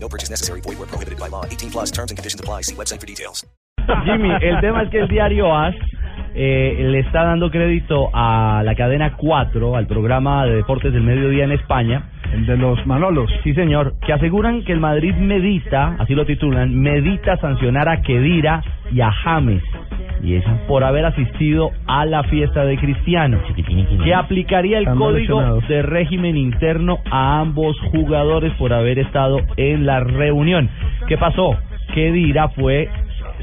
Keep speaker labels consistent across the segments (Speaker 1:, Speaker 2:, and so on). Speaker 1: No purchase necessary. Void where prohibited by law. 18 plus terms and conditions apply. See website for details.
Speaker 2: Jimmy, el tema es que el diario AS eh, le está dando crédito a la cadena 4, al programa de deportes del mediodía en España.
Speaker 3: El de los Manolos.
Speaker 2: Sí, señor, que aseguran que el Madrid medita, así lo titulan, medita sancionar a Kedira y a James. Y eso por haber asistido a la fiesta de Cristiano, que aplicaría el
Speaker 3: Están
Speaker 2: código
Speaker 3: lesionados.
Speaker 2: de régimen interno a ambos jugadores por haber estado en la reunión. ¿Qué pasó? Kedira fue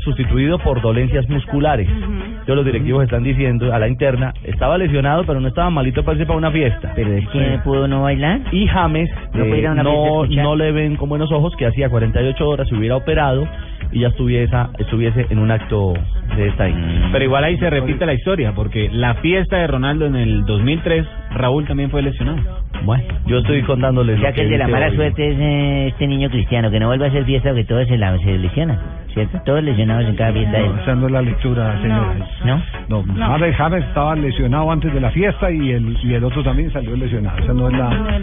Speaker 2: sustituido por dolencias musculares. Entonces los directivos están diciendo a la interna, estaba lesionado pero no estaba malito para irse para una fiesta.
Speaker 4: Pero es que pudo no bailar.
Speaker 2: Y James
Speaker 4: No
Speaker 2: eh,
Speaker 4: puede ir a una fiesta a
Speaker 2: no,
Speaker 4: escuchar.
Speaker 2: no le ven con buenos ojos que hacía 48 horas se hubiera operado y ya estuviese, estuviese en un acto de esta índole.
Speaker 5: Mm. Pero igual ahí se repite la historia, porque la fiesta de Ronaldo en el 2003, Raúl también fue lesionado.
Speaker 2: Bueno, yo estoy contándoles
Speaker 4: O sea
Speaker 2: lo
Speaker 4: que el de la
Speaker 2: dice
Speaker 4: mala
Speaker 2: hoy.
Speaker 4: suerte es eh, este niño cristiano, que no vuelva a hacer fiesta porque todos se, la, se lesionan, ¿cierto? Todos lesionados en cada fiesta. de él.
Speaker 3: No, esa no es la lectura, señores.
Speaker 4: ¿No?
Speaker 3: No, James, James estaba lesionado antes de la fiesta y el, y el otro también salió lesionado. Esa no es la, no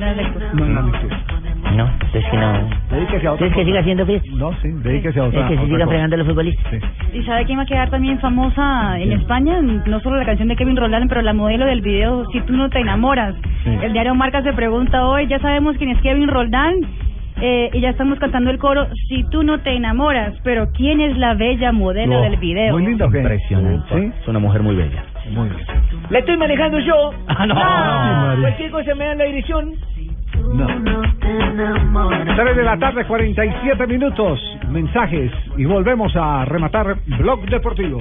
Speaker 3: es la lectura.
Speaker 4: No, entonces que no.
Speaker 3: Dedíquese a otra
Speaker 4: Entonces que
Speaker 3: cosa.
Speaker 4: siga haciendo fiesta.
Speaker 3: No, sí, dedíquese a otra
Speaker 4: Es que se
Speaker 3: otra
Speaker 4: sigan
Speaker 3: cosa.
Speaker 4: fregando los futbolistas.
Speaker 3: Sí.
Speaker 6: ¿Y sabe quién va a quedar también famosa en España? No solo la canción de Kevin Roland, pero la modelo del video Si tú no te enamoras. El diario Marca se pregunta hoy, ya sabemos quién es Kevin Roldán eh, y ya estamos cantando el coro Si tú no te enamoras, pero ¿quién es la bella modelo
Speaker 2: No,
Speaker 6: del video?
Speaker 3: Muy linda, ¿o qué?
Speaker 2: Impresionante.
Speaker 3: Sí,
Speaker 2: Es una mujer muy bella.
Speaker 3: muy bien.
Speaker 4: La estoy manejando yo. pues
Speaker 2: Ah, no.
Speaker 3: Ah, María.
Speaker 4: cosa me dan la dirección.
Speaker 3: No. 3 de la tarde, 47 minutos. Mensajes. Y volvemos a rematar Blog Deportivo.